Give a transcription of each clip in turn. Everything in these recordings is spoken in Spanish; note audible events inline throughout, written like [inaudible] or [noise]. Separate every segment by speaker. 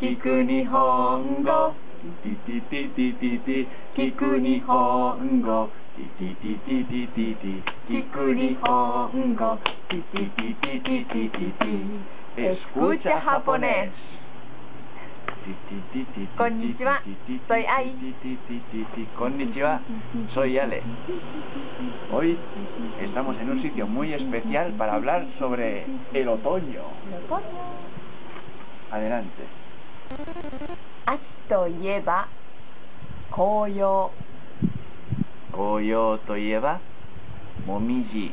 Speaker 1: 聞く日本語ティティティティティティ聞く日本語ティティティティティティティ聞く日本語ティティティティティティティ
Speaker 2: Escucha japonés. こんにちは Soy Ai.
Speaker 1: Konnichiwa, soy Ale. Hoy estamos en un sitio muy especial para hablar sobre el otoño. Adelante.
Speaker 2: 秋といえば紅葉
Speaker 1: Koyo to lleva momiji.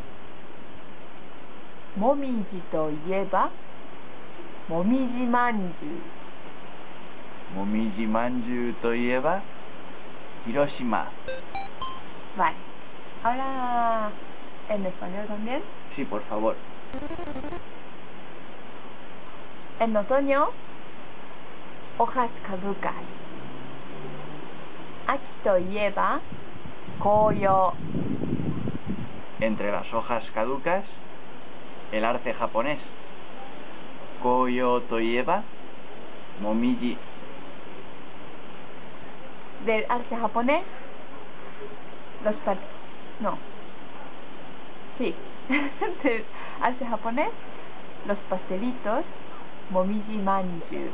Speaker 2: もみじといえばもみじまんじゅう
Speaker 1: Momiji manju to lleva Hiroshima.
Speaker 2: はい Ahora en español también
Speaker 1: Sí, por favor.
Speaker 2: en otoño hojas caducas 秋といえば紅葉
Speaker 1: Entre las hojas caducas, el arte japonés. Koyo to lleva momiji.
Speaker 2: del arte japonés los par- no sí [laughs] del arte japonés los pastelitos momiji manju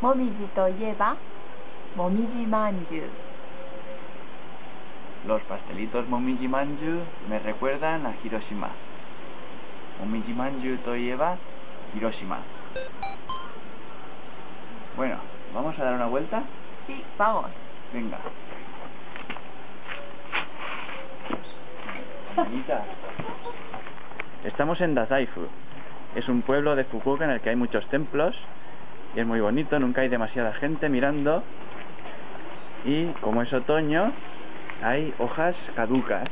Speaker 2: momiji to yeba momiji manju
Speaker 1: Los pastelitos momiji manju me recuerdan a Hiroshima. Momiji manju to lleva Hiroshima. Bueno, vamos a dar una vuelta.
Speaker 2: sí vamos
Speaker 1: Venga. Amiguita. Estamos en Dazaifu. Es un pueblo de Fukuoka en el que hay muchos templos y es muy bonito, nunca hay demasiada gente mirando. Y como es otoño, hay hojas caducas.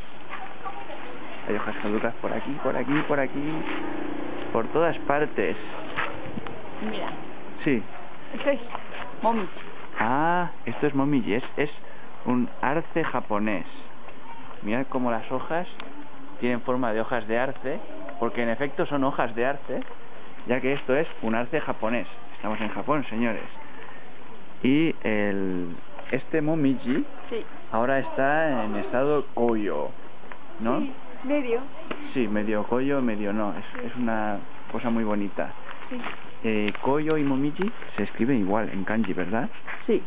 Speaker 1: Hay hojas caducas por aquí, por aquí, por aquí, por todas partes.
Speaker 2: mira
Speaker 1: Sí.
Speaker 2: esto es momiji
Speaker 1: Ah, esto es momiji, es, es un arce japonés. Mirad cómo las hojas tienen forma de hojas de arce, porque en efecto son hojas de arce, ya que esto es un arce japonés. Estamos en Japón, señores. Y el, este momiji
Speaker 2: sí
Speaker 1: ahora está en estado koyo, ¿no?
Speaker 2: sí, medio
Speaker 1: Sí, medio koyo, medio no. Es, es una cosa muy bonita.
Speaker 2: sí
Speaker 1: Eh, koyo y momiji se escriben igual en kanji, ¿verdad?
Speaker 2: sí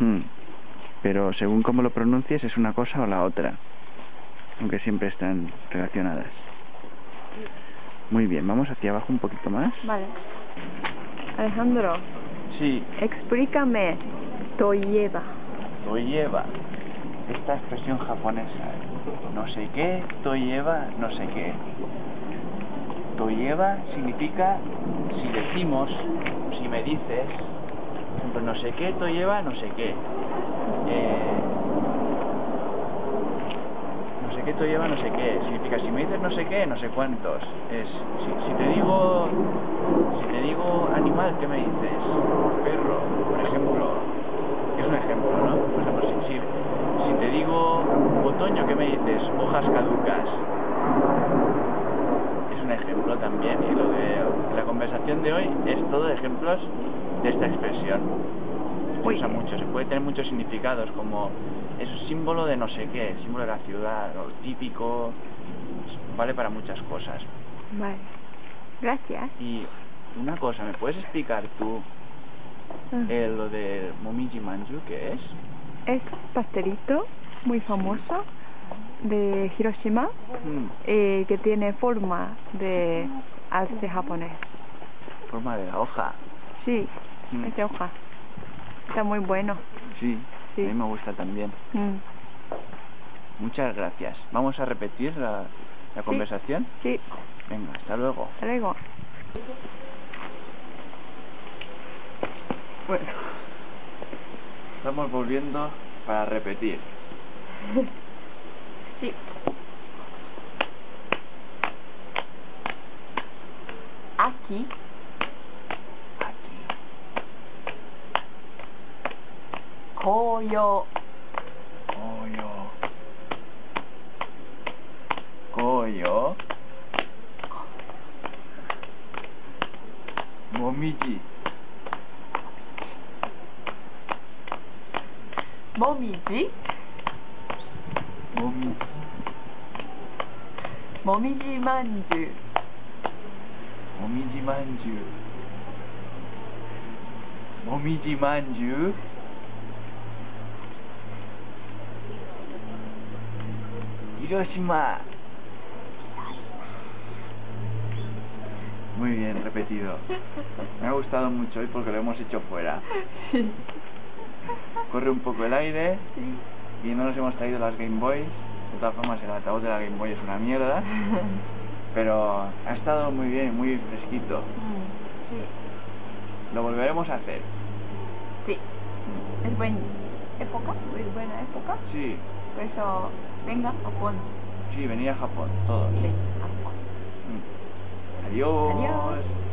Speaker 1: Hmm. Pero según cómo lo pronuncies es una cosa o la otra. Aunque siempre están relacionadas. Muy bien, vamos hacia abajo un poquito más.
Speaker 2: vale Alejandro
Speaker 1: Sí,
Speaker 2: explícame to yeba
Speaker 1: to lleva. Esta expresión japonesa. No sé qué, to lleva, no sé qué. To lleva significa si decimos, si me dices, por ejemplo, no sé qué, to lleva, no sé qué. Eh, no sé qué, to lleva, no sé qué. Significa si me dices no sé qué, no sé cuántos. Es, si, si te digo, si te digo animal, ¿qué me dices? Perro, por ejemplo. Es un ejemplo, ¿no? Por ejemplo, si, si, si te digo otoño, ¿qué me dices? Hojas caducas. Es un ejemplo también y lo de la conversación de hoy es todo ejemplos de esta expresión. Se
Speaker 2: Muy
Speaker 1: usa
Speaker 2: bien.
Speaker 1: mucho, se puede tener muchos significados como es un símbolo de no sé qué, símbolo de la ciudad, o típico, vale para muchas cosas.
Speaker 2: vale gracias
Speaker 1: Y una cosa, ¿me puedes explicar tú eh, lo de Momiji Manju qué es?
Speaker 2: Es pastelito muy famoso de Hiroshima
Speaker 1: Hmm,
Speaker 2: eh, que tiene forma de arte japonés.
Speaker 1: forma de la hoja.
Speaker 2: Sí,
Speaker 1: Mm.
Speaker 2: es de hoja. Está muy bueno.
Speaker 1: Sí,
Speaker 2: Sí.
Speaker 1: a mí me gusta también.
Speaker 2: Mm.
Speaker 1: Muchas gracias. ¿Vamos a repetir la, la conversación?
Speaker 2: Sí,
Speaker 1: Venga, hasta luego.
Speaker 2: hasta luego. Bueno.
Speaker 1: Estamos volviendo para repetir.
Speaker 2: Sí. Aquí,
Speaker 1: Aquí,
Speaker 2: Koyo,
Speaker 1: coyo. Coyo. Momiji.
Speaker 2: もみじ
Speaker 1: Momiji.
Speaker 2: もみじまんじゅう
Speaker 1: Momiji manju. Momiji manju. Hiroshima. Muy bien, repetido. Me ha gustado mucho hoy porque lo hemos hecho fuera.
Speaker 2: Sí.
Speaker 1: Corre un poco el aire
Speaker 2: Sí.
Speaker 1: y no nos hemos traído las Game Boys. De todas formas, el altavoz de la Game Boy es una mierda. Pero ha estado muy bien, muy fresquito. Lo volveremos a hacer.
Speaker 2: Sí. Es buena época, es buena época.
Speaker 1: Sí,
Speaker 2: Por eso, venga, Japón.
Speaker 1: sí, venía a Japón, todos.
Speaker 2: Ven, Japón.
Speaker 1: Mm. Adiós.
Speaker 2: Adiós.